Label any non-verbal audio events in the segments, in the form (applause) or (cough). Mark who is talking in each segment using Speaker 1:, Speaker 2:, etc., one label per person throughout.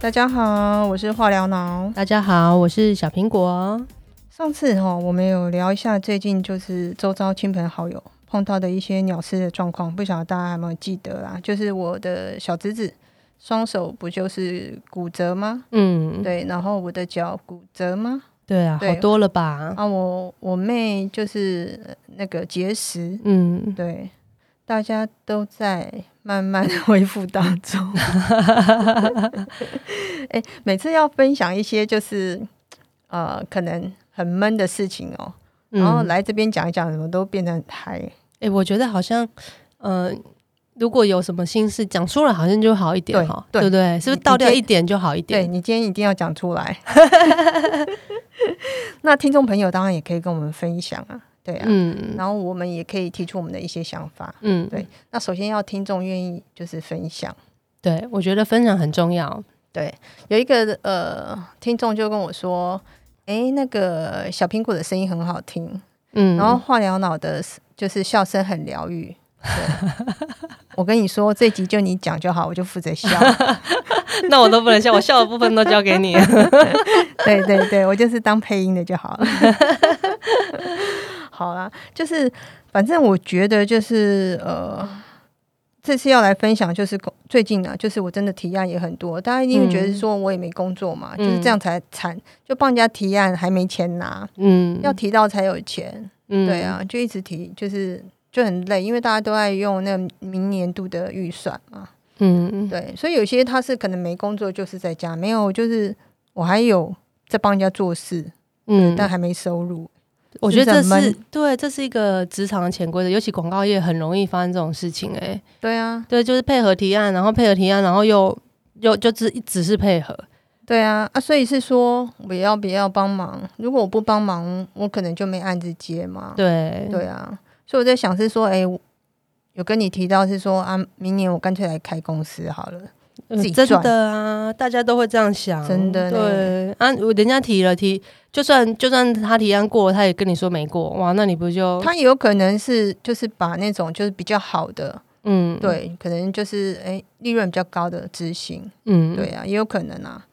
Speaker 1: 大家好，我是化疗脑。
Speaker 2: 大家好，我是小苹果。
Speaker 1: 上次哈、我们有聊一下最近就是周遭亲朋好友碰到的一些鸟事的状况，不晓得大家有没有记得啦？就是我的小侄子双手不就是骨折吗？
Speaker 2: 嗯，
Speaker 1: 对，然后我的脚骨折吗？
Speaker 2: 对啊，
Speaker 1: 对
Speaker 2: 好多了吧？
Speaker 1: 啊，我我妹就是呃那个结石，
Speaker 2: 嗯，
Speaker 1: 对，大家都在慢慢 (laughs) 恢复当中。 (laughs) 哎、每次要分享一些就是呃，可能很闷的事情哦，
Speaker 2: 嗯
Speaker 1: 然后，来这边讲一讲，怎么都变得很嗨。
Speaker 2: 哎、我觉得好像，呃，如果有什么心事讲出来，好像就好一点
Speaker 1: 对
Speaker 2: 哈，
Speaker 1: 对
Speaker 2: 对不对？是不是
Speaker 1: 你
Speaker 2: 倒掉
Speaker 1: 你
Speaker 2: 一点就好一
Speaker 1: 对
Speaker 2: 点？
Speaker 1: 你今天一定要讲出
Speaker 2: (laughs)
Speaker 1: 来。那听众朋友当然也可以跟我们分享啊，对啊，
Speaker 2: 嗯
Speaker 1: 然后我们也可以提出我们的一些想法。
Speaker 2: 嗯，
Speaker 1: 对那首先要听众愿意就是分享。
Speaker 2: 对，我觉得分享很重要。
Speaker 1: 有一个呃听众就跟我说：“诶，那个小苹果的声音很好听，
Speaker 2: 嗯，
Speaker 1: 然后化疗脑的，就是笑声很疗愈。对”我跟你说，这集就你讲就好，我就负责笑。
Speaker 2: (laughs) 那我都不能笑，我笑的部分都交给
Speaker 1: (laughs)
Speaker 2: 你。 (laughs)
Speaker 1: 对对对，我就是当配音的就好了。好啦，就是反正我觉得就是呃，这次要来分享就是工最近啊，就是我真的提案也很多，大家一定会觉得
Speaker 2: 嗯
Speaker 1: 说我也没工作嘛，
Speaker 2: 嗯
Speaker 1: 就是这样才惨，就帮人家提案还没钱拿，
Speaker 2: 嗯
Speaker 1: 要提到才有钱，
Speaker 2: 嗯
Speaker 1: 对，啊，就一直提，就是就很累，因为大家都在用那明年度的预算嘛，
Speaker 2: 嗯，
Speaker 1: 对，所以有些他是可能没工作，就是在家，没有就是我还有在帮人家做事，
Speaker 2: 嗯
Speaker 1: 但还没收入，
Speaker 2: 我觉得
Speaker 1: 是不
Speaker 2: 这
Speaker 1: 是很
Speaker 2: 是对，这是一个职场的潜规则，尤其广告业很容易发生这种事情、欸。哎，
Speaker 1: 对啊，
Speaker 2: 对，就是配合提案，然后配合提案，然后又又就只只是配合。
Speaker 1: 对啊，啊，所以是说我要不要帮忙？如果我不帮忙，我可能就没案子接嘛，
Speaker 2: 对
Speaker 1: 对啊，所以我在想是说，哎、我有跟你提到是说啊，明年我干脆来开公司好了。自己
Speaker 2: 呃真
Speaker 1: 赚
Speaker 2: 的啊，大家都会这样想，
Speaker 1: 真的嘞
Speaker 2: 对啊，我人家提了提，就算就算他提案过了，他也跟你说没过，哇，那你不就
Speaker 1: 他也有可能是就是把那种就是比较好的，
Speaker 2: 嗯，
Speaker 1: 对，可能就是哎利润比较高的执行，
Speaker 2: 嗯
Speaker 1: 对啊，也有可能啊。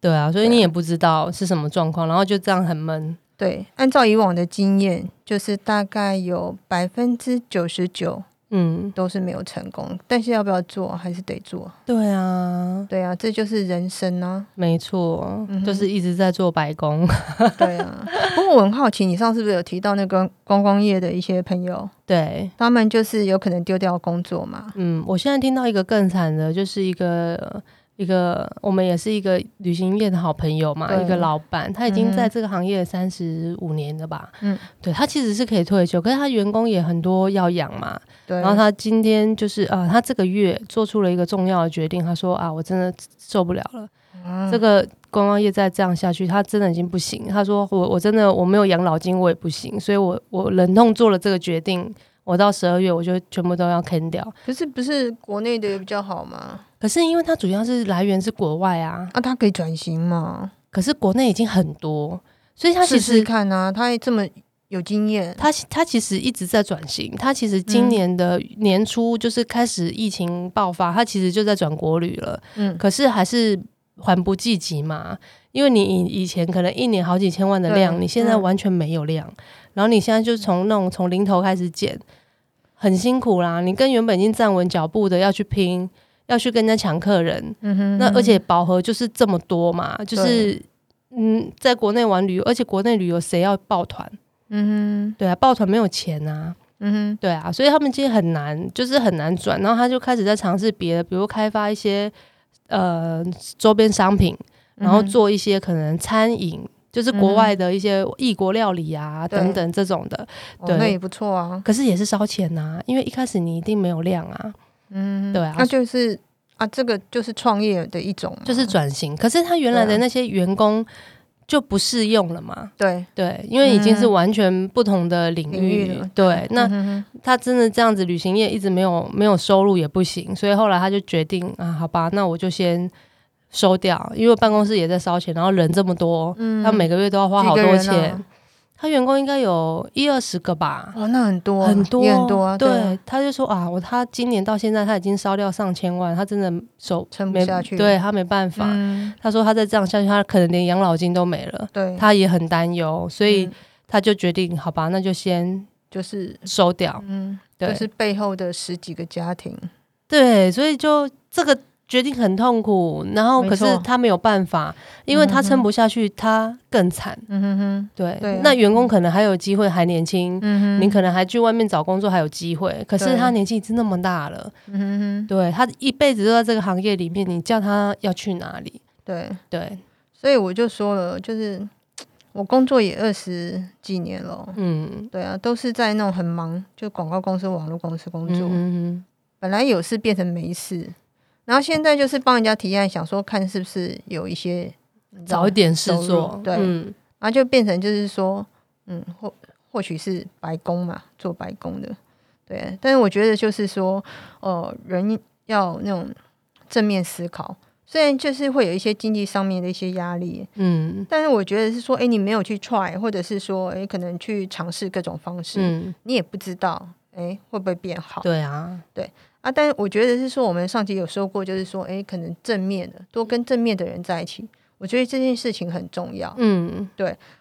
Speaker 2: 对啊，所以
Speaker 1: 对
Speaker 2: 你也不知道是什么状况，然后就这样很闷，
Speaker 1: 对，按照以往的经验，就是大概有百分之九十九
Speaker 2: 嗯，
Speaker 1: 都是没有成功，但是要不要做还是得做。
Speaker 2: 对啊，
Speaker 1: 对啊，这就是人生啊。
Speaker 2: 没错，
Speaker 1: 嗯哼
Speaker 2: 就是一直在做白工。 (laughs)
Speaker 1: 对啊，不过我很好奇，你上次是不是有提到那个观光业的一些朋友，
Speaker 2: 对，
Speaker 1: 他们就是有可能丢掉工作嘛？
Speaker 2: 嗯，我现在听到一个更惨的，就是一个一个我们也是一个旅行业的好朋友嘛，
Speaker 1: 对
Speaker 2: 一个老板，他已经
Speaker 1: 嗯
Speaker 2: 在这个行业三十五年了吧？
Speaker 1: 嗯
Speaker 2: 嗯，对他其实是可以退休，可是他员工也很多要养嘛。
Speaker 1: 对，
Speaker 2: 然后他今天就是啊、呃他这个月做出了一个重要的决定，他说啊，我真的受不了了。
Speaker 1: 嗯
Speaker 2: 这个观光业再这样下去，他真的已经不行。他说我我真的我没有养老金，我也不行，所以我我忍痛做了这个决定。我到十二月我就全部都要坑掉。
Speaker 1: 可是不是国内的也比较好吗？
Speaker 2: 可是因为它主要是来源是国外啊，
Speaker 1: 啊，他可以转型嘛？
Speaker 2: 可是国内已经很多，所以它其
Speaker 1: 试
Speaker 2: 实
Speaker 1: 试看啊，他这么有经验，
Speaker 2: 它它其实一直在转型。它其实今年
Speaker 1: 嗯
Speaker 2: 的年初就是开始疫情爆发，它其实就在转国旅了。
Speaker 1: 嗯，
Speaker 2: 可是还是还不济急嘛，因为你以以前可能一年好几千万的量，
Speaker 1: 对
Speaker 2: 你现在
Speaker 1: 嗯
Speaker 2: 完全没有量，然后你现在就从那种从零头开始减，很辛苦啦。你跟原本已经站稳脚步的要去拼，要去跟人家抢客人，
Speaker 1: 嗯哼
Speaker 2: 那而且饱和就是这么多嘛，就是。嗯，在国内玩旅游，而且国内旅游谁要抱团？
Speaker 1: 嗯
Speaker 2: 对啊，抱团没有钱啊，
Speaker 1: 哼，嗯
Speaker 2: 对啊，所以他们今天很难，就是很难转。然后他就开始在尝试别的，比如开发一些呃周边商品，
Speaker 1: 嗯哼，嗯
Speaker 2: 然后做一些可能餐饮，就是国外的一些异国料理啊、
Speaker 1: 对
Speaker 2: 等等这种的，
Speaker 1: 哦，
Speaker 2: 对
Speaker 1: 那也不错啊，
Speaker 2: 可是也是烧钱呐、因为一开始你一定没有量啊，
Speaker 1: 嗯，
Speaker 2: 对啊
Speaker 1: 那就是啊，这个就是创业的一种嘛，
Speaker 2: 就是转型。可是他原来
Speaker 1: 嗯对啊
Speaker 2: 的那些员工就不适用了嘛，
Speaker 1: 对
Speaker 2: 对，因为已经是完全不同的领
Speaker 1: 嗯领域
Speaker 2: 域。
Speaker 1: 了
Speaker 2: 对，那
Speaker 1: 嗯哼
Speaker 2: 他真的这样子，旅行业一直没有没有收入也不行，所以后来他就决定啊，好吧，那我就先。收掉，因为办公室也在烧钱，然后人这么多，
Speaker 1: 嗯
Speaker 2: 他每个月都要花
Speaker 1: 几
Speaker 2: 好
Speaker 1: 个
Speaker 2: 多
Speaker 1: 人啊
Speaker 2: 钱，他员工应该有一二十个吧，
Speaker 1: 哦，那很多啊、
Speaker 2: 很多
Speaker 1: 也很多啊，啊
Speaker 2: 对，他就说啊，我他今年到现在他已经烧掉上千万，他真的手
Speaker 1: 撑不
Speaker 2: 没
Speaker 1: 下去
Speaker 2: 对他没办法。
Speaker 1: 嗯，
Speaker 2: 他说他再这样下去，他可能连养老金都没了，
Speaker 1: 对，
Speaker 2: 他也很担忧，所以
Speaker 1: 嗯
Speaker 2: 他就决定，好吧，那就先
Speaker 1: 就是
Speaker 2: 收掉。
Speaker 1: 嗯，
Speaker 2: 对、
Speaker 1: 就是背后的十几个家庭，
Speaker 2: 对，所以就这个决定很痛苦，然后
Speaker 1: 没
Speaker 2: 可是
Speaker 1: 错
Speaker 2: 他没有办法，因为他撑不下去，他更惨。
Speaker 1: 嗯哼哼，
Speaker 2: 对，
Speaker 1: 对啊
Speaker 2: 那员工可能还有机会，还年轻。
Speaker 1: 嗯哼，
Speaker 2: 你可能还去外面找工作还有机会，可是
Speaker 1: 对
Speaker 2: 他年纪已经那么大了，
Speaker 1: 嗯哼哼，
Speaker 2: 对他一辈子都在这个行业里面，你叫他要去哪里？
Speaker 1: 对，
Speaker 2: 对，
Speaker 1: 所以我就说了，就是我工作也二十几年了哦，
Speaker 2: 嗯，
Speaker 1: 对啊，都是在那种很忙，就广告公司、网络公司工
Speaker 2: 嗯
Speaker 1: 作，
Speaker 2: 嗯
Speaker 1: 本来有事变成没事，然后现在就是帮人家提案，想说看是不是有一些
Speaker 2: 嗯，找一，点事
Speaker 1: 收入
Speaker 2: 做，
Speaker 1: 对
Speaker 2: 嗯
Speaker 1: 然后就变成就是说，嗯，或或许是白宫嘛，做白宫的，对。但是我觉得就是说，呃，人要那种正面思考，虽然就是会有一些经济上面的一些压力，
Speaker 2: 嗯
Speaker 1: 但是我觉得是说，哎、你没有去 try，或者是说，哎、可能去尝试各种方式，
Speaker 2: 嗯，
Speaker 1: 你也不知道，哎、会不会变好。
Speaker 2: 对啊，
Speaker 1: 啊，但我觉得是说，我们上集有说过，就是说，诶，可能正面的多跟正面的人在一起，我觉得这件事情很重要。
Speaker 2: 嗯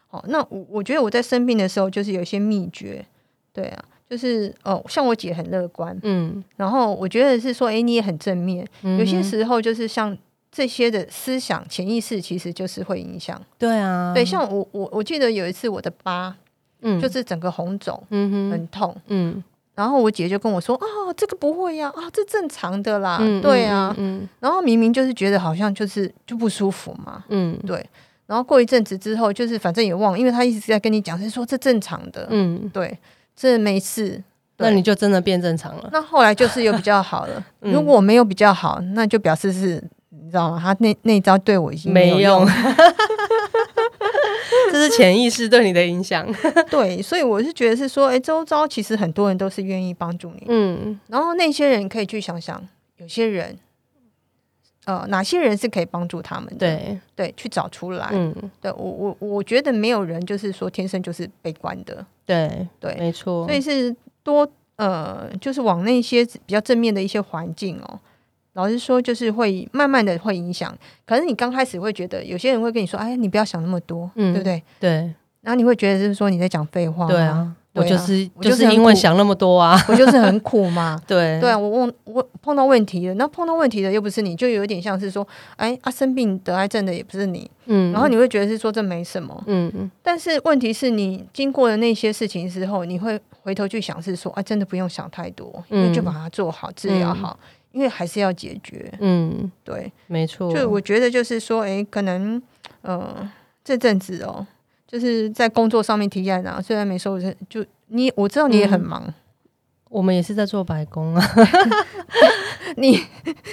Speaker 1: 好，哦那我我觉得我在生病的时候，就是有一些秘诀，对啊，就是哦，像我姐很乐观，
Speaker 2: 嗯，
Speaker 1: 然后我觉得是说，诶，你也很正面，有些
Speaker 2: 嗯
Speaker 1: 时候就是像。这些的思想潜意识其实就是会影响，
Speaker 2: 对啊，
Speaker 1: 对，像我我我记得有一次我的疤
Speaker 2: 嗯
Speaker 1: 就是整个红肿，
Speaker 2: 嗯哼
Speaker 1: 很痛，
Speaker 2: 嗯
Speaker 1: 然后我姐就跟我说：“哦，这个不会呀、啊，这正常的啦，
Speaker 2: 嗯，
Speaker 1: 对啊。
Speaker 2: 嗯
Speaker 1: 然后明明就是觉得好像就是就不舒服嘛，
Speaker 2: 嗯嗯
Speaker 1: 对。然后过一阵子之后，就是反正也忘了，因为他一直在跟你讲是说这正常的，
Speaker 2: 嗯，
Speaker 1: 对，这没事。对
Speaker 2: 那你就真的变正常了，
Speaker 1: 那后来就是有比较好了，
Speaker 2: (laughs) 嗯
Speaker 1: 如果没有比较好，那就表示是你知道吗？他那那一招对我已经没有
Speaker 2: 没
Speaker 1: 用
Speaker 2: 用， (laughs) 这是潜意识对你的影响，
Speaker 1: 对，所以我是觉得是说，哎，周遭其实很多人都是愿意帮助你，
Speaker 2: (laughs) 嗯
Speaker 1: 然后那些人可以去想想，有些人，呃，哪些人是可以帮助他们的，
Speaker 2: 对，
Speaker 1: 对，去找出来，
Speaker 2: 嗯
Speaker 1: 对我我我觉得没有人就是说天生就是悲观的，
Speaker 2: 对
Speaker 1: 对
Speaker 2: 没错，
Speaker 1: 所以是多呃，就是往那些比较正面的一些环境哦。老实说，就是会慢慢的会影响。可是你刚开始会觉得，有些人会跟你说：“哎，你不要想那么多，
Speaker 2: 嗯
Speaker 1: 对不对
Speaker 2: 对
Speaker 1: 然后你会觉得就是说你在讲废话，
Speaker 2: 对，啊，我
Speaker 1: 对
Speaker 2: 就
Speaker 1: 啊
Speaker 2: 是
Speaker 1: 我
Speaker 2: 就
Speaker 1: 就是
Speaker 2: 是
Speaker 1: 很
Speaker 2: 因为
Speaker 1: 苦
Speaker 2: 想那么多啊，
Speaker 1: 我就是很苦嘛。
Speaker 2: (laughs) 对
Speaker 1: 对啊，我问我碰到问题了，那碰到问题的又不是你，就有点像是说，哎啊，生病得癌症的也不是你，
Speaker 2: 嗯，
Speaker 1: 然后你会觉得是说这没什么，
Speaker 2: 嗯嗯
Speaker 1: 但是问题是你经过了那些事情之后，你会回头去想，是说啊，真的不用想太多，因
Speaker 2: 嗯
Speaker 1: 为就把它做好、治疗好，因为还是要解决。
Speaker 2: 嗯，
Speaker 1: 对，
Speaker 2: 没错，
Speaker 1: 就我觉得就是说，诶，可能呃这阵子哦，就是在工作上面提案啊，虽然没收成，就你我知道你也很忙，
Speaker 2: 我们也是在做白工啊，嗯
Speaker 1: 你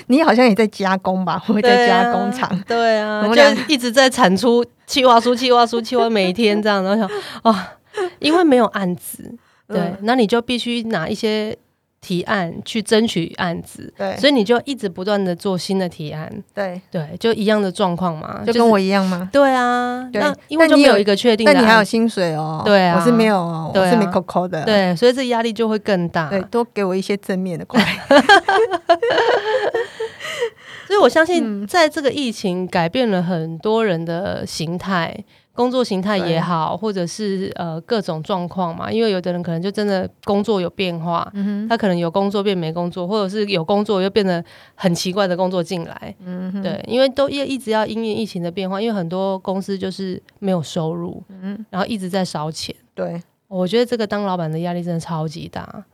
Speaker 1: 你好像也在加工
Speaker 2: (laughs)
Speaker 1: 吧，我在加工厂。，
Speaker 2: (laughs) 对
Speaker 1: 我
Speaker 2: 啊，
Speaker 1: 们
Speaker 2: 就
Speaker 1: 俩
Speaker 2: 一直在产出企划书、企划书、企划，每天这样，然后想啊，因为没有案子，对啊
Speaker 1: 嗯，
Speaker 2: 那你就必须拿一些提案去争取案子。
Speaker 1: 嗯对
Speaker 2: 所以你就一直不断的做新的提案，
Speaker 1: 对，
Speaker 2: 对，就一样的状况嘛，
Speaker 1: 就是跟我一样吗？
Speaker 2: 对啊，
Speaker 1: 对
Speaker 2: 那因为
Speaker 1: 但
Speaker 2: 就
Speaker 1: 你
Speaker 2: 没有
Speaker 1: 有
Speaker 2: 一个确定的
Speaker 1: 但
Speaker 2: 案，
Speaker 1: 你还有薪水哦，
Speaker 2: 对啊
Speaker 1: 我是没有哦，我
Speaker 2: 对啊
Speaker 1: 是没扣扣的，
Speaker 2: 对，所以这压力就会更大。
Speaker 1: 对，多给我一些正面的快乐。
Speaker 2: 所以我相
Speaker 1: 嗯
Speaker 2: 信，在这个疫情改变了很多人的形态，工作形态也好，或者是呃各种状况嘛。因为有的人可能就真的工作有变化，
Speaker 1: 嗯
Speaker 2: 他可能有工作变没工作，或者是有工作又变得很奇怪的工作进来。
Speaker 1: 哼， (laughs) 嗯哼，
Speaker 2: 对，因为都一一直要因应疫情的变化，因为很多公司就是没有收入，
Speaker 1: 嗯
Speaker 2: 然后一直在烧钱。
Speaker 1: 对。
Speaker 2: 我觉得这个当老板的压力真的超级大。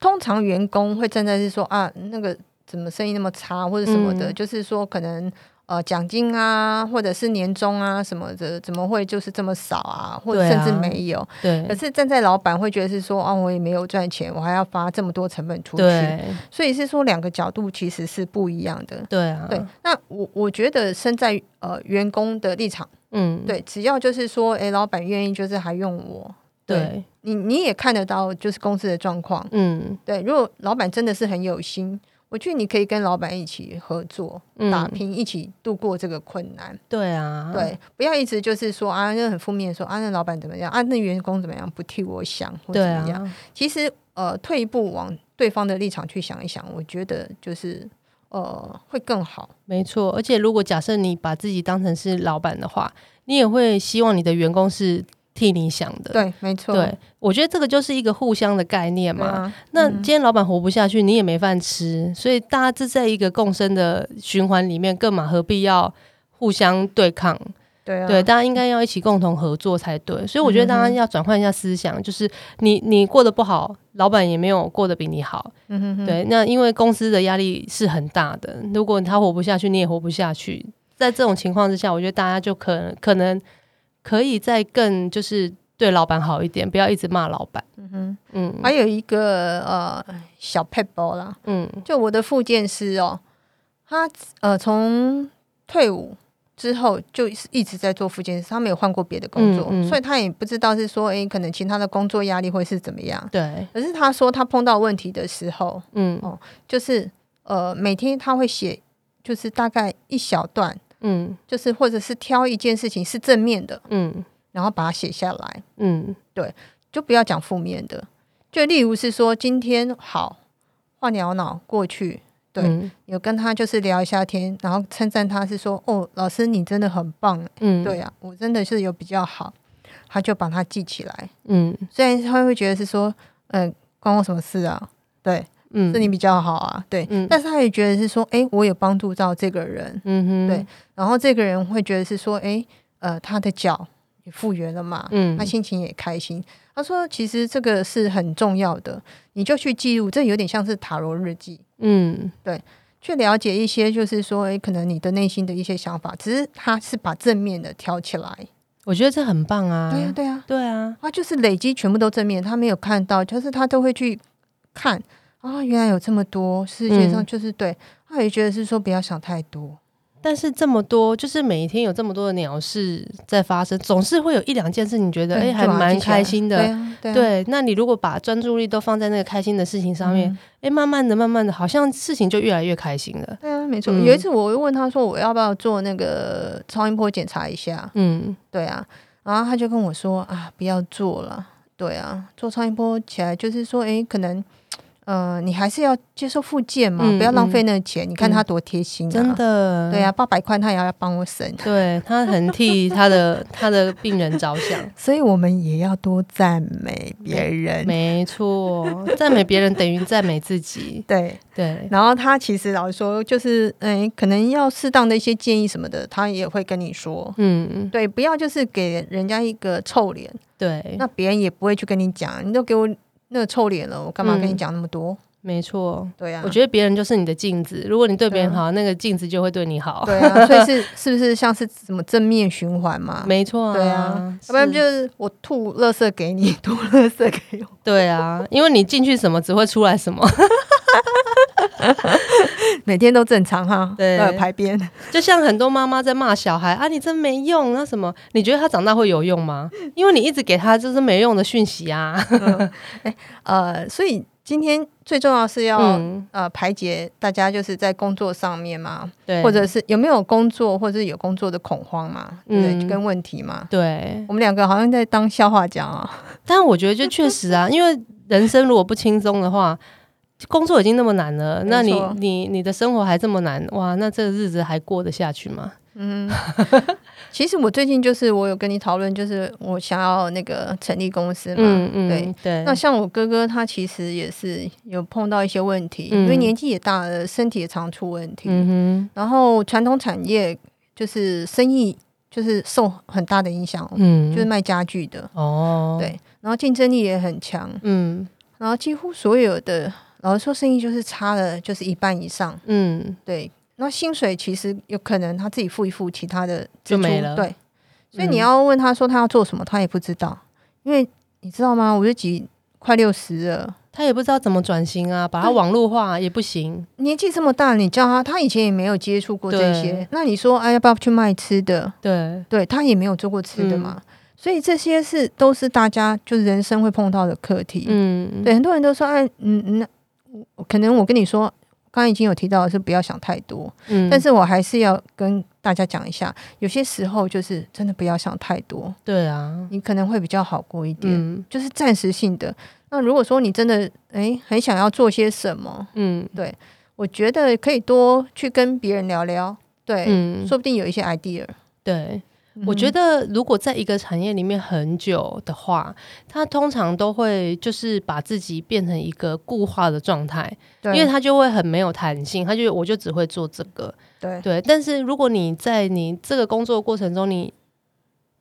Speaker 1: 通常员工会站在是说啊，那个怎么生意那么差或者什么的，
Speaker 2: 嗯
Speaker 1: 就是说可能呃奖金啊，或者是年终啊什么的，怎么会就是这么少啊，或者
Speaker 2: 对
Speaker 1: 甚
Speaker 2: 啊
Speaker 1: 至没有。
Speaker 2: 对
Speaker 1: 可，是站在老板会觉得是说啊，我也没有赚钱，我还要发这么多成本出去，
Speaker 2: 对，
Speaker 1: 所以是说两个角度其实是不一样的。
Speaker 2: 对啊，
Speaker 1: 对，那我我觉得身在呃员工的立场，
Speaker 2: 嗯，
Speaker 1: 对，只要就是说，诶，老板愿意，就是还用我，对
Speaker 2: 对，
Speaker 1: 你你也看得到，就是公司的状况。
Speaker 2: 嗯
Speaker 1: 对，如果老板真的是很有心，我觉得你可以跟老板一起合作，
Speaker 2: 嗯
Speaker 1: 打拼，一起度过这个困难。
Speaker 2: 对啊，
Speaker 1: 对，不要一直就是说啊，那很负面说啊，那老板怎么样啊，那员工怎么样，不替我想或怎
Speaker 2: 对
Speaker 1: 么样。
Speaker 2: 啊，
Speaker 1: 其实呃，退一步往对方的立场去想一想，我觉得就是呃会更好。
Speaker 2: 没错。而且如果假设你把自己当成是老板的话，你也会希望你的员工是替你想的。
Speaker 1: 对，啊没错，
Speaker 2: 对，我觉得这个就是一个互相的概念
Speaker 1: 对
Speaker 2: 嘛。
Speaker 1: 啊，
Speaker 2: 那
Speaker 1: 嗯
Speaker 2: 今天老板活不下去，你也没饭吃，所以大家这在一个共生的循环里面，更嘛何必要互相对抗？
Speaker 1: 对啊，
Speaker 2: 对，大家应该要一起共同合作才对。所以我觉得大家
Speaker 1: 嗯哼
Speaker 2: 要转换一下思想，就是你你过得不好，老板也没有过得比你好。
Speaker 1: 嗯哼哼，
Speaker 2: 对，那因为公司的压力是很大的，如果他活不下去，你也活不下去。在这种情况之下，我觉得大家就可能可能可以再更就是对老板好一点，不要一直骂老板。
Speaker 1: 嗯哼。
Speaker 2: 嗯
Speaker 1: 还有一个呃小 p e b a l 啦，
Speaker 2: 嗯，
Speaker 1: 就我的复健师哦，他呃从退伍之后就是一直在做复健师，他没有换过别的工作，
Speaker 2: 嗯嗯
Speaker 1: 所以他也不知道是说，诶，可能其他的工作压力会是怎么样。
Speaker 2: 对，
Speaker 1: 可是他说他碰到问题的时候，
Speaker 2: 嗯
Speaker 1: 哦就是呃每天他会写，就是大概一小段，
Speaker 2: 嗯
Speaker 1: 就是或者是挑一件事情是正面的，
Speaker 2: 嗯
Speaker 1: 然后把它写下来。
Speaker 2: 嗯
Speaker 1: 就不要讲负面的，就例如是说今天好化疗脑过去，对
Speaker 2: 嗯
Speaker 1: 有跟他就是聊一下天，然后称赞他是说哦，老师你真的很棒，
Speaker 2: 嗯
Speaker 1: 对啊，我真的是有比较好，他就把它记起来。
Speaker 2: 嗯
Speaker 1: 虽然他会觉得是说，嗯、关我什么事啊？对，
Speaker 2: 嗯
Speaker 1: 是你比较好啊，对，
Speaker 2: 嗯
Speaker 1: 但是他也觉得是说，诶，我有帮助到这个人，
Speaker 2: 嗯哼
Speaker 1: 对然后这个人会觉得是说，诶，呃，他的脚也复原了嘛，
Speaker 2: 嗯
Speaker 1: 他心情也开心。他说：“其实这个是很重要的，你就去记录，这有点像是塔罗日记，
Speaker 2: 嗯
Speaker 1: 去了解一些，就是说，诶，可能你的内心的一些想法。只是他是把正面的挑起来，
Speaker 2: 我觉得这很棒啊，
Speaker 1: 对呀、对呀、
Speaker 2: 对啊，
Speaker 1: 他就是累积全部都正面，他没有看到，就是他都会去看啊，原来有这么多世界上
Speaker 2: 嗯
Speaker 1: 就是对，他也觉得是说不要想太多，
Speaker 2: 但是这么多，就是每一天有这么多的鸟事在发生，总是会有一两件事你觉得哎、
Speaker 1: 对
Speaker 2: 还
Speaker 1: 就把它
Speaker 2: 蛮
Speaker 1: 记起来
Speaker 2: 开心的
Speaker 1: 对。啊，对啊，
Speaker 2: 对，那你如果把专注力都放在那个开心的事情上面，
Speaker 1: 嗯
Speaker 2: 哎、慢慢的、慢慢的，好像事情就越来越开心了。
Speaker 1: 对啊，没错。
Speaker 2: 嗯
Speaker 1: 有一次我又问他说，我要不要做那个超音波检查一下？
Speaker 2: 嗯
Speaker 1: 对啊，然后他就跟我说啊，不要做了。对啊，做超音波起来就是说，诶，可能，呃，你还是要接受复健嘛，
Speaker 2: 嗯
Speaker 1: 不要浪费那个钱。你看
Speaker 2: 嗯
Speaker 1: 他多贴心、啊，
Speaker 2: 真。的，
Speaker 1: 对啊，，八百块他也要帮我省，
Speaker 2: 对他很替他的他的病人着想，
Speaker 1: 所以我们也要多赞美别人。
Speaker 2: 没错，赞美别人等于赞美自己，
Speaker 1: 对， (laughs)
Speaker 2: 对，
Speaker 1: 然后他其实老实说，就是诶，可能要适当的一些建议什么的，他也会跟你说。
Speaker 2: 嗯，
Speaker 1: 对，不要就是给人家一个臭脸，
Speaker 2: 对，
Speaker 1: 那别人也不会去跟你讲，你都给我那个臭脸了，我干嘛跟你
Speaker 2: 嗯
Speaker 1: 讲那么多？
Speaker 2: 没错。
Speaker 1: 对啊，
Speaker 2: 我觉得别人就是你的镜子，如果你对别人
Speaker 1: 对啊
Speaker 2: 好，那个镜子就会对你好。
Speaker 1: 对啊，所以是是不是像是什么正面循环嘛？
Speaker 2: 哦没错
Speaker 1: 对
Speaker 2: 啊
Speaker 1: 啊，要不然就是我吐垃圾给你，吐垃圾给我。 (laughs)
Speaker 2: 对啊，因为你进去什么，只会出来什么。
Speaker 1: 每天都正常哈，
Speaker 2: 对
Speaker 1: 都有排便。
Speaker 2: 就像很多妈妈在骂小孩啊，你真没用，那什么？你觉得他长大会有用吗？因为你一直给他就是没用的讯息啊。
Speaker 1: 呃，所以今天最重要是要、
Speaker 2: 嗯，
Speaker 1: 呃排解大家就是在工作上面嘛，
Speaker 2: 对，
Speaker 1: 或者是有没有工作，或者是有工作的恐慌嘛，对不对？
Speaker 2: 嗯
Speaker 1: 跟问题嘛。
Speaker 2: 对，
Speaker 1: 我们两个好像在当笑话讲啊，
Speaker 2: 但我觉得就确实
Speaker 1: (laughs)
Speaker 2: 啊，因为人生如果不轻松的话，工作已经那么难了，
Speaker 1: 没
Speaker 2: 那你
Speaker 1: 错
Speaker 2: 你你的生活还这么难，哇，那这个日子还过得下去吗？
Speaker 1: 嗯，其实我最近就是我有跟你讨论，就是我想要那个成立公司嘛，
Speaker 2: 嗯嗯，
Speaker 1: 对
Speaker 2: 对，
Speaker 1: 那像我哥哥，他其实也是有碰到一些问题，
Speaker 2: 嗯
Speaker 1: 因为年纪也大了，身体也常出问题。
Speaker 2: 嗯
Speaker 1: 然后传统产业就是生意就是受很大的影响，哦
Speaker 2: 哼，嗯，
Speaker 1: 就是卖家具的，
Speaker 2: 哦，
Speaker 1: 对然后竞争力也很强，
Speaker 2: 嗯
Speaker 1: 然后几乎所有的老实说生意就是差了就是一半以上，
Speaker 2: 嗯，
Speaker 1: 对。然后薪水其实有可能他自己付一付，其他的支
Speaker 2: 就
Speaker 1: 出
Speaker 2: 没了
Speaker 1: 对，所以你
Speaker 2: 嗯
Speaker 1: 要问他说他要做什么，他也不知道，因为你知道吗？我就几快六十了。
Speaker 2: 他也不知道怎么转型啊，把它
Speaker 1: 对
Speaker 2: 网络化也不行，
Speaker 1: 年纪这么大，你叫他，他以前也没有接触过这些
Speaker 2: 对。
Speaker 1: 那你说，哎，要不要去卖吃的？
Speaker 2: 对，
Speaker 1: 对他也没有做过吃的
Speaker 2: 嗯
Speaker 1: 嘛。所以这些是都是大家就是人生会碰到的课题。
Speaker 2: 嗯，
Speaker 1: 对，很多人都说，哎，嗯嗯，那我可能我跟你说，刚刚已经有提到的是不要想太多，
Speaker 2: 嗯，
Speaker 1: 但是我还是要跟大家讲一下，有些时候就是真的不要想太多，
Speaker 2: 对啊，
Speaker 1: 你可能会比较好过一点，
Speaker 2: 嗯
Speaker 1: 就是暂时性的。那如果说你真的诶很想要做些什么，
Speaker 2: 嗯
Speaker 1: 我觉得可以多去跟别人聊聊，对，
Speaker 2: 嗯，
Speaker 1: 说不定有一些 idea。
Speaker 2: 对。我觉
Speaker 1: 嗯
Speaker 2: 得，如果在一个产业里面很久的话，他通常都会就是把自己变成一个固化的状态，
Speaker 1: 嗯对，
Speaker 2: 因为他就会很没有弹性，他就我就只会做这个。
Speaker 1: 对
Speaker 2: 对，但是如果你在你这个工作过程中，你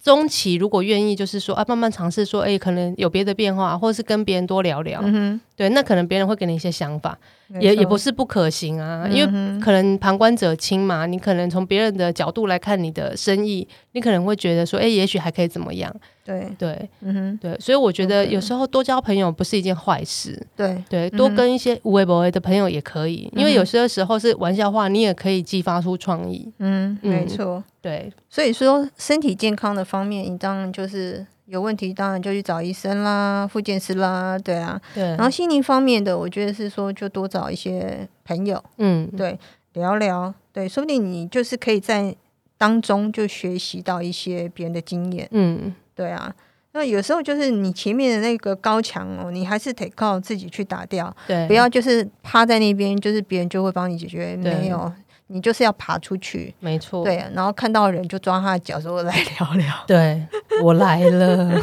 Speaker 2: 中期如果愿意，就是说啊，慢慢尝试说，哎、可能有别的变化，或者是跟别人多聊聊，
Speaker 1: 嗯
Speaker 2: 对，那可能别人会给你一些想法，
Speaker 1: 哼，
Speaker 2: 啊也
Speaker 1: 没错嗯
Speaker 2: 也不，是不可行啊，因为
Speaker 1: 为
Speaker 2: 可能旁观者清嘛，你可能从别人的角度来看你的生意，你可能会觉得说，哎、也许还可以怎么样？
Speaker 1: 对，
Speaker 2: 对
Speaker 1: 嗯哼，
Speaker 2: 对，所以我觉得
Speaker 1: OK
Speaker 2: 有时候多交朋友不是一件坏事，
Speaker 1: 对，
Speaker 2: 对，多
Speaker 1: 嗯
Speaker 2: 跟一些无为不为的朋友也可以，因
Speaker 1: 嗯
Speaker 2: 为有些时候是玩笑话，你也可以激发出创意。
Speaker 1: 嗯，
Speaker 2: 嗯
Speaker 1: 没错。
Speaker 2: 对，
Speaker 1: 所以说，身体健康的方面，你当然就是有问题，当然就去找医生啦、复健师啦，对啊。
Speaker 2: 对，然
Speaker 1: 然后心灵方面的，我觉得是说，就多找一些朋友，
Speaker 2: 嗯，
Speaker 1: 对，聊聊，对，说不定你就是可以在当中就学习到一些别人的经验，
Speaker 2: 嗯，
Speaker 1: 对啊。那有时候就是你前面的那个高墙哦，你还是得靠自己去打掉，
Speaker 2: 对，
Speaker 1: 不要就是趴在那边，就是别人就会帮你解决，
Speaker 2: 对哦
Speaker 1: 没有，你就是要爬出去，
Speaker 2: 没错，
Speaker 1: 对，啊然后看到人就抓他的脚说来聊聊， (laughs)
Speaker 2: 对，我来了，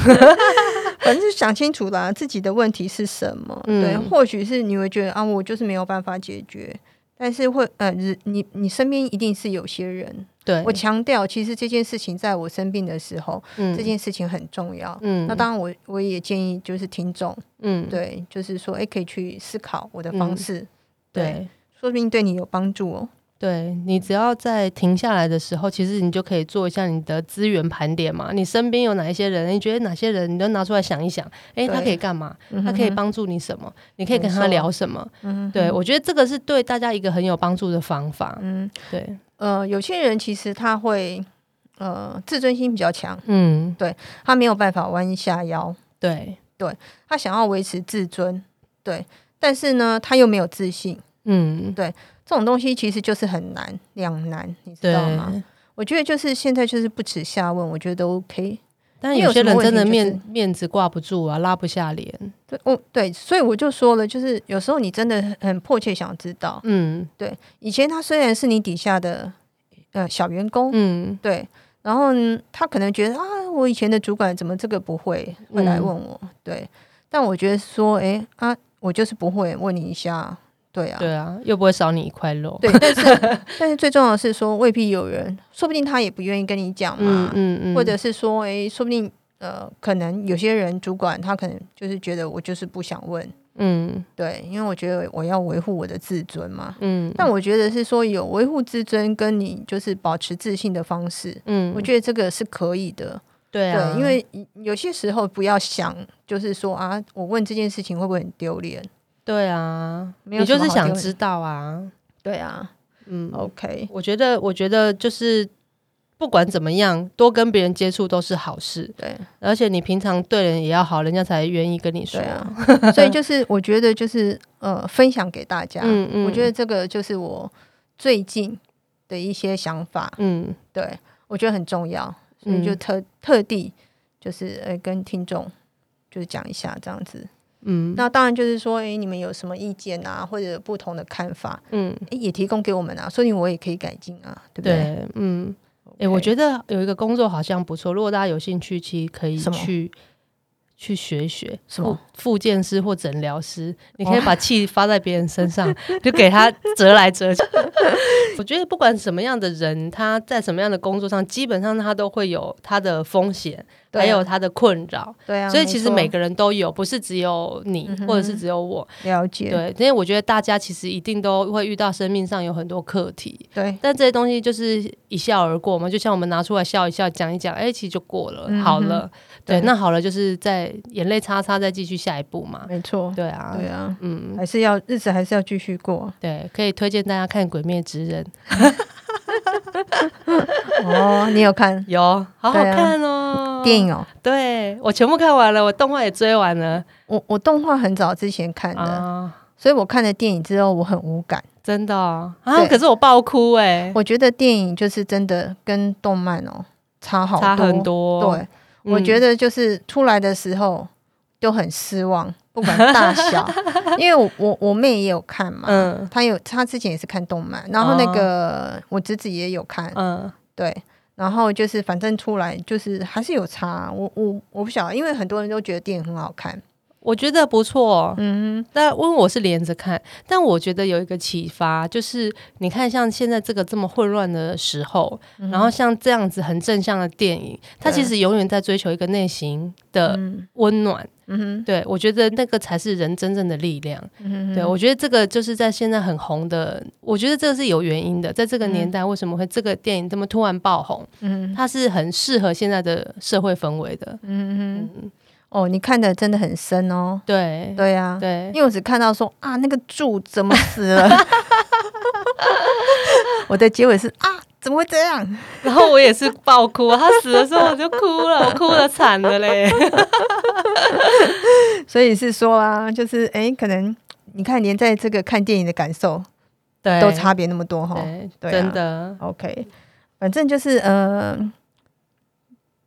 Speaker 1: 反正就想清楚啦，自己的问题是什么，
Speaker 2: 嗯
Speaker 1: 对，或许是你会觉得啊，我就是没有办法解决。但是会，呃，你你你身边一定是有些人。
Speaker 2: 对，
Speaker 1: 我强调，其实这件事情在我生病的时候，
Speaker 2: 嗯
Speaker 1: 这件事情很重要。
Speaker 2: 嗯，
Speaker 1: 那当然我，我也建议就是听众，
Speaker 2: 嗯，
Speaker 1: 对，就是说，哎，可以去思考我的方
Speaker 2: 嗯
Speaker 1: 式，
Speaker 2: 对。
Speaker 1: 说不定对你有帮助哦。
Speaker 2: 对你只要在停下来的时候，其实你就可以做一下你的资源盘点嘛。你身边有哪一些人？你觉得哪些人，你都拿出来想一想。诶，他
Speaker 1: 对
Speaker 2: 可以干嘛？
Speaker 1: 嗯
Speaker 2: 他
Speaker 1: 哼
Speaker 2: 可以
Speaker 1: 哼，
Speaker 2: 帮助你什么？你可以
Speaker 1: 没
Speaker 2: 跟他
Speaker 1: 错
Speaker 2: 聊什么？
Speaker 1: 嗯哼
Speaker 2: 对
Speaker 1: 哼，
Speaker 2: 我觉得这个是对大家一个很有帮助的方法。
Speaker 1: 嗯，
Speaker 2: 对，
Speaker 1: 呃，有些人其实他会，呃，自尊心比较强，
Speaker 2: 嗯，
Speaker 1: 他没有办法弯下腰，
Speaker 2: 对，
Speaker 1: 他想要维持自尊，对，但是呢，他又没有自信，
Speaker 2: 嗯，
Speaker 1: 这种东西其实就是很难，两难，你知
Speaker 2: 对
Speaker 1: 道。吗？我觉得就是现在就是不耻下问，我觉得 OK。
Speaker 2: 但
Speaker 1: 因为
Speaker 2: 有
Speaker 1: 有
Speaker 2: 些
Speaker 1: 什么
Speaker 2: 人
Speaker 1: 问
Speaker 2: 真的
Speaker 1: 题就
Speaker 2: 面、
Speaker 1: 是
Speaker 2: 面子挂不住啊，拉不下脸。
Speaker 1: 对，哦，对，所以我就说了，就是有时候你真的很很迫切想知道，
Speaker 2: 嗯
Speaker 1: 以前他虽然是你底下的呃小员工，
Speaker 2: 嗯，
Speaker 1: 对，然后呢他可能觉得啊，我以前的主管怎么这个不会，会来
Speaker 2: 嗯
Speaker 1: 问我，对，但我觉得说，诶啊，我就是不会，问你一下，对啊，
Speaker 2: 对啊，又不会少你一块肉。
Speaker 1: 对，但
Speaker 2: (laughs)
Speaker 1: 是但是最重要的是说，未必有人，说不定他也不愿意跟你讲
Speaker 2: 嗯
Speaker 1: 嘛，
Speaker 2: 嗯嗯，
Speaker 1: 或者是说，诶，说不定呃，可能有些人主管他可能就是觉得我就是不想问。
Speaker 2: 嗯
Speaker 1: 对，因为我觉得我要维护我的自尊嘛。
Speaker 2: 嗯，
Speaker 1: 但我觉得是说有维护自尊跟你就是保持自信的方式，
Speaker 2: 嗯，
Speaker 1: 我觉得这个是可以的。
Speaker 2: 对啊，
Speaker 1: 对，因为有些时候不要想，就是说啊，我问这件事情会不会很丢脸？
Speaker 2: 对啊，
Speaker 1: 没有
Speaker 2: 你就
Speaker 1: 什么
Speaker 2: 是
Speaker 1: 好
Speaker 2: 想
Speaker 1: 丢脸
Speaker 2: 知道啊。
Speaker 1: 对啊
Speaker 2: 嗯，
Speaker 1: ，OK，
Speaker 2: 我觉得，我觉得就是不管怎么样，多跟别人接触都是好事，
Speaker 1: 对
Speaker 2: 而且你平常对人也要好，人家才愿意跟你说
Speaker 1: 对。啊。 (laughs) 所以
Speaker 2: (laughs)
Speaker 1: 就是我觉得就是呃，分享给大家，
Speaker 2: 嗯嗯
Speaker 1: 我觉得这个就是我最近的一些想法，
Speaker 2: 嗯，
Speaker 1: 对我觉得很重要。所以就
Speaker 2: 嗯
Speaker 1: 特、特地就是呃跟听众就是讲一下这样子。
Speaker 2: 嗯
Speaker 1: 那当然就是说，诶，你们有什么意见啊，或者有不同的看法，
Speaker 2: 嗯，
Speaker 1: 诶，也提供给我们啊，说不定我也可以改进啊，对不对？
Speaker 2: 对，嗯，诶，我觉得有一个工作好像不错，如果大家有兴趣，其实可以
Speaker 1: 什么
Speaker 2: 去。去学学
Speaker 1: 什么
Speaker 2: 复健师或诊疗师，你
Speaker 1: 哦
Speaker 2: 可以把气发在别人身上，就给他折来折去。 (laughs) 我觉得不管什么样的人，他在什么样的工作上，基本上他都会有他的风险，
Speaker 1: 对啊
Speaker 2: 还有他的困扰。
Speaker 1: 对啊，
Speaker 2: 所以其实
Speaker 1: 没错
Speaker 2: 每个人都有，不是只有你，
Speaker 1: 嗯哼嗯
Speaker 2: 或者是只有我。
Speaker 1: 了解，
Speaker 2: 对，因为我觉得大家其实一定都会遇到生命上有很多课题，
Speaker 1: 对
Speaker 2: 但这些东西就是一笑而过嘛，就像我们拿出来笑一笑，讲一讲，哎、其实就过了，
Speaker 1: 嗯哼
Speaker 2: 好了。对，
Speaker 1: 对
Speaker 2: 那好了，就是在眼泪擦擦，再继续下一步嘛。
Speaker 1: 没错，
Speaker 2: 对啊，
Speaker 1: 对啊，
Speaker 2: 嗯，
Speaker 1: 还是要日子还是要继续过
Speaker 2: 对，可以推荐大家看《鬼灭之刃》，
Speaker 1: 哦。你有
Speaker 2: (laughs)
Speaker 1: 看
Speaker 2: 有，好好
Speaker 1: 对啊
Speaker 2: 看哦。
Speaker 1: 电，影哦？
Speaker 2: 对我全部看完了，我动画也追完了
Speaker 1: 我我动画很早之前看的，
Speaker 2: 啊。
Speaker 1: 所以我看了电影之后我很无感，
Speaker 2: 真的啊，啊
Speaker 1: 对
Speaker 2: 可是我爆哭哎、
Speaker 1: 我觉得电影就是真的跟动漫哦、差好多，
Speaker 2: 差很多。
Speaker 1: 对，
Speaker 2: 嗯
Speaker 1: 我觉得就是出来的时候就很失望，不
Speaker 2: (laughs)
Speaker 1: 管大小，因为我我我妹也有看嘛，
Speaker 2: 嗯哦
Speaker 1: 她有她之前也是看动漫，然后那个、我侄子也有看，
Speaker 2: 嗯
Speaker 1: 对。然后就是，反正出来就是还是有差，我我我不晓得，因为很多人都觉得电影很好看，
Speaker 2: 我觉得不错，
Speaker 1: 嗯
Speaker 2: 但因为我是连着看，但我觉得有一个启发，就是你看像现在这个这么混乱的时候，然后像这样子很正向的电影，它
Speaker 1: 嗯对
Speaker 2: 其实永远在追求一个内心的
Speaker 1: 嗯
Speaker 2: 温暖。
Speaker 1: 嗯哼
Speaker 2: 对我觉得那个才是人真正的力量。
Speaker 1: 嗯哼，
Speaker 2: 对我觉得这个就是在现在很红的，我觉得这个是有原因的。在这个年代，为什么会这个电影这么突然爆红？
Speaker 1: 嗯
Speaker 2: 它是很适合现在的社会氛围的。
Speaker 1: 嗯哼，
Speaker 2: 嗯，
Speaker 1: 哦，你看的真的很深哦，
Speaker 2: 对
Speaker 1: 对呀、啊，
Speaker 2: 对
Speaker 1: 因为我只看到说啊，那个柱怎么死了？ (laughs) 我的结尾是啊，怎么会这样？ (laughs)
Speaker 2: 然后我也是爆哭啊，他死的时候我就哭了，我哭的惨了嘞。
Speaker 1: 所以是说啊，就是哎、诶可能你看，连在这个看电影的感受
Speaker 2: (laughs) 对
Speaker 1: 都差别那么多哈。
Speaker 2: 对，
Speaker 1: 对啊
Speaker 2: 真的，
Speaker 1: OK，反正就是呃，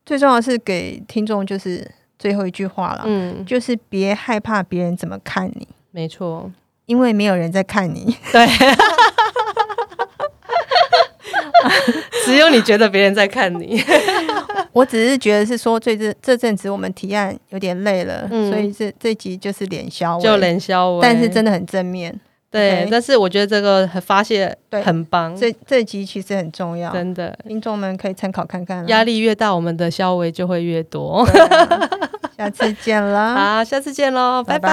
Speaker 1: 最重要的是给听众就是最后一句话了，
Speaker 2: 嗯，
Speaker 1: 就是别害怕别人怎么看你，
Speaker 2: 没错，
Speaker 1: 因为没有人在看你。
Speaker 2: 对。只有你觉得别人在看
Speaker 1: (laughs)
Speaker 2: 你，
Speaker 1: 我只是觉得是说最这这阵子我们提案有点累了，
Speaker 2: 嗯
Speaker 1: 所以这这集就是脸消
Speaker 2: 就冷笑我。
Speaker 1: 但是真的很正面。
Speaker 2: 对
Speaker 1: OK，
Speaker 2: 但是我觉得这个很发泄
Speaker 1: 对
Speaker 2: 很棒，
Speaker 1: 这这集其实很重要，
Speaker 2: 真的。
Speaker 1: 听众们可以参考看啊看啦。
Speaker 2: 压力越大，我们的消委就会越多。
Speaker 1: 对啊下次见啦。
Speaker 2: (laughs) 好，下次见喽，
Speaker 1: 拜
Speaker 2: 拜
Speaker 1: 拜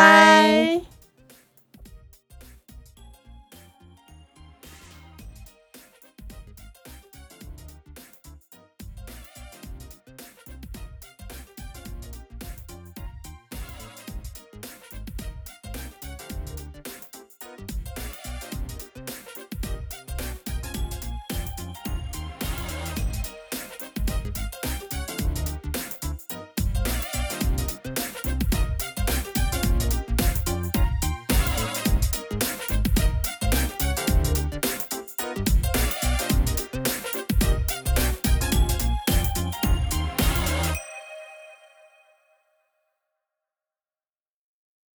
Speaker 2: 拜